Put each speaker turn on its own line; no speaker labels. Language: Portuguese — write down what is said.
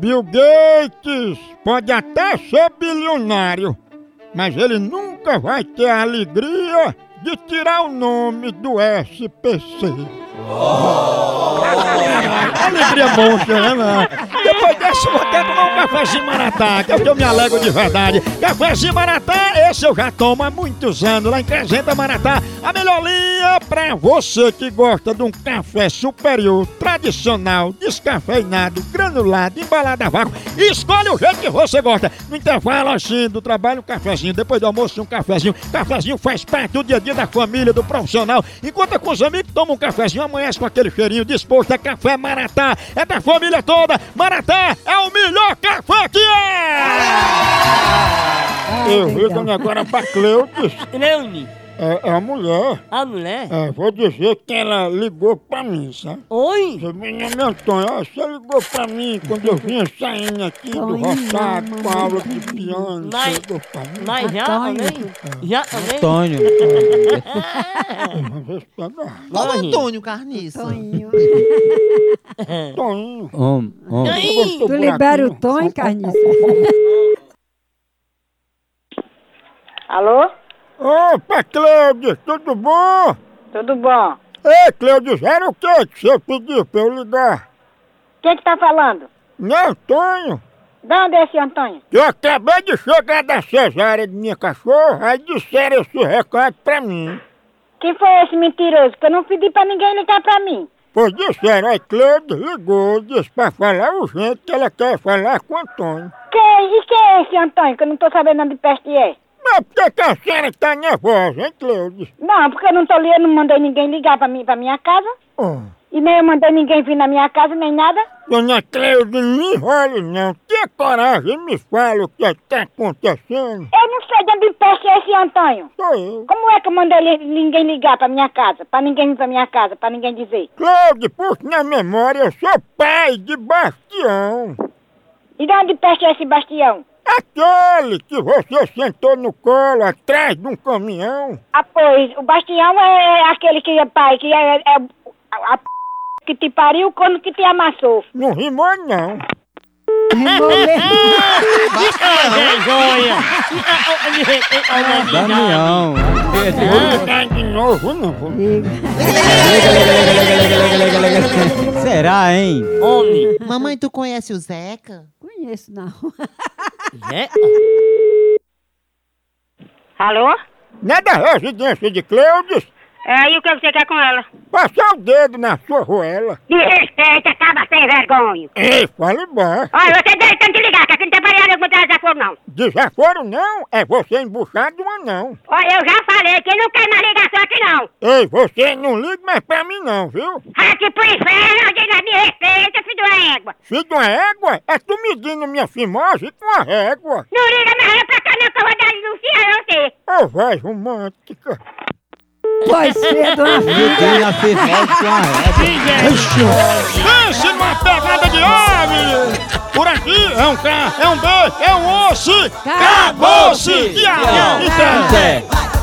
Bill Gates pode até ser bilionário, mas ele nunca vai ter a alegria de tirar o nome do SPC. alegria
é
bom, né?
Depois dessa, eu vou até tomar um cafezinho maratá, que é o que eu me alegro de verdade. Cafezinho maratá, esse eu já tomo há muitos anos, lá em Crescenta Maratá. A melhor linha pra você que gosta de um café superior, tradicional, descafeinado, granulado, embalado a vácuo. Escolhe o jeito que você gosta. No intervalo assim do trabalho, um cafezinho. Depois do almoço, um cafezinho. Cafezinho faz parte do dia a dia da família, do profissional. Enquanto com os amigos, toma um cafezinho, amanhece com aquele cheirinho disposto. É café Maratá, é da família toda. Maratá é o melhor café que é!
Eu vi dando agora pra Cleutis,
Leone,
é, é a mulher.
a mulher.
É, vou dizer que ela ligou pra mim, sabe?
Oi?
Seu Meu nome é Antônio, ó, você ligou pra mim quando eu vinha saindo aqui do roçado com a aula de piano. Você
Vai.
ligou pra mim?
Mas já
Antônio.
também? Já também?
Antônio.
Uma vez pra dar.
Qual
Corre.
Antônio Carniça?
Tonho.
Tonho.
Homem, homem.
Ai,
Gostou
Tu
do
libera o
buraquinho?
Tonho, Carniça?
Alô?
Opa, Cleudes, tudo bom?
Tudo bom?
Ei, Cleudes, era o que que você pediu pra eu ligar?
Quem que tá falando?
Não, Tonho.
De onde é esse Antônio?
Eu acabei de chegar da cesárea de minha cachorra, aí disseram esse recado pra mim.
Quem foi esse mentiroso? Que eu não pedi pra ninguém ligar pra mim.
Pois disseram, aí Cleudes ligou, disse pra falar urgente que ela quer falar com o Antônio.
Quem? E quem é esse Antônio? Que eu não tô sabendo onde peste é.
Mas por que que a senhora tá nervosa, hein, Cleudes?
Não, porque eu não tô li- eu não mandei ninguém ligar pra, mim, pra minha casa.
Oh,
E nem eu mandei ninguém vir na minha casa, nem nada.
dona Cleudes, não enrole não. Tenha coragem e me fala o que tá acontecendo.
Eu não sei de onde peste é esse Antônio.
Sou eu.
Como é que eu mandei li- ninguém ligar pra minha casa? Pra ninguém vir pra minha casa, pra ninguém dizer.
Cleudes, puxa na memória, eu sou pai de Bastião.
E de onde peste é esse Bastião?
Aquele que você sentou no colo atrás de um caminhão.
Ah, pois, o Bastião é aquele que é pai, que é, é a, a p... que te pariu quando que te amassou.
Não rimou não.
É joia!
Damião.
Vou ligar de novo, não vou.
Será, hein?
Homem.
Mamãe, tu conhece o Zeca?
Conheço, não.
É?
Alô?
Não é da residência de Cleudes?
É, e o que você quer com ela?
Passar o dedo na sua roela.
Me respeita, acaba sem vergonha.
Ei, fale baixo.
Olha, você deve tanto ligar, que aqui não tem pareado com desaforo, não.
Desaforo não, é você embuchar de um anão.
Olha, eu já falei que não quer mais ligação aqui, não.
Ei, você não liga mais pra mim não, viu?
Vai aqui pro inferno, diga, me respeita, filho da égua.
Filho de uma égua, é tu medindo minha fimose com a régua.
Não liga mais ela pra cá, não, que eu vou dar denunciar a você.
Ô, voz romântica.
Pode ser, dona Filha.
Tem a fefose com a régua.
Pense numa pegada de ave! Por aqui é um K, é um B, é um osso!
Acabou-se!
Acabou-se! E aí, então?
Zé.
Vai,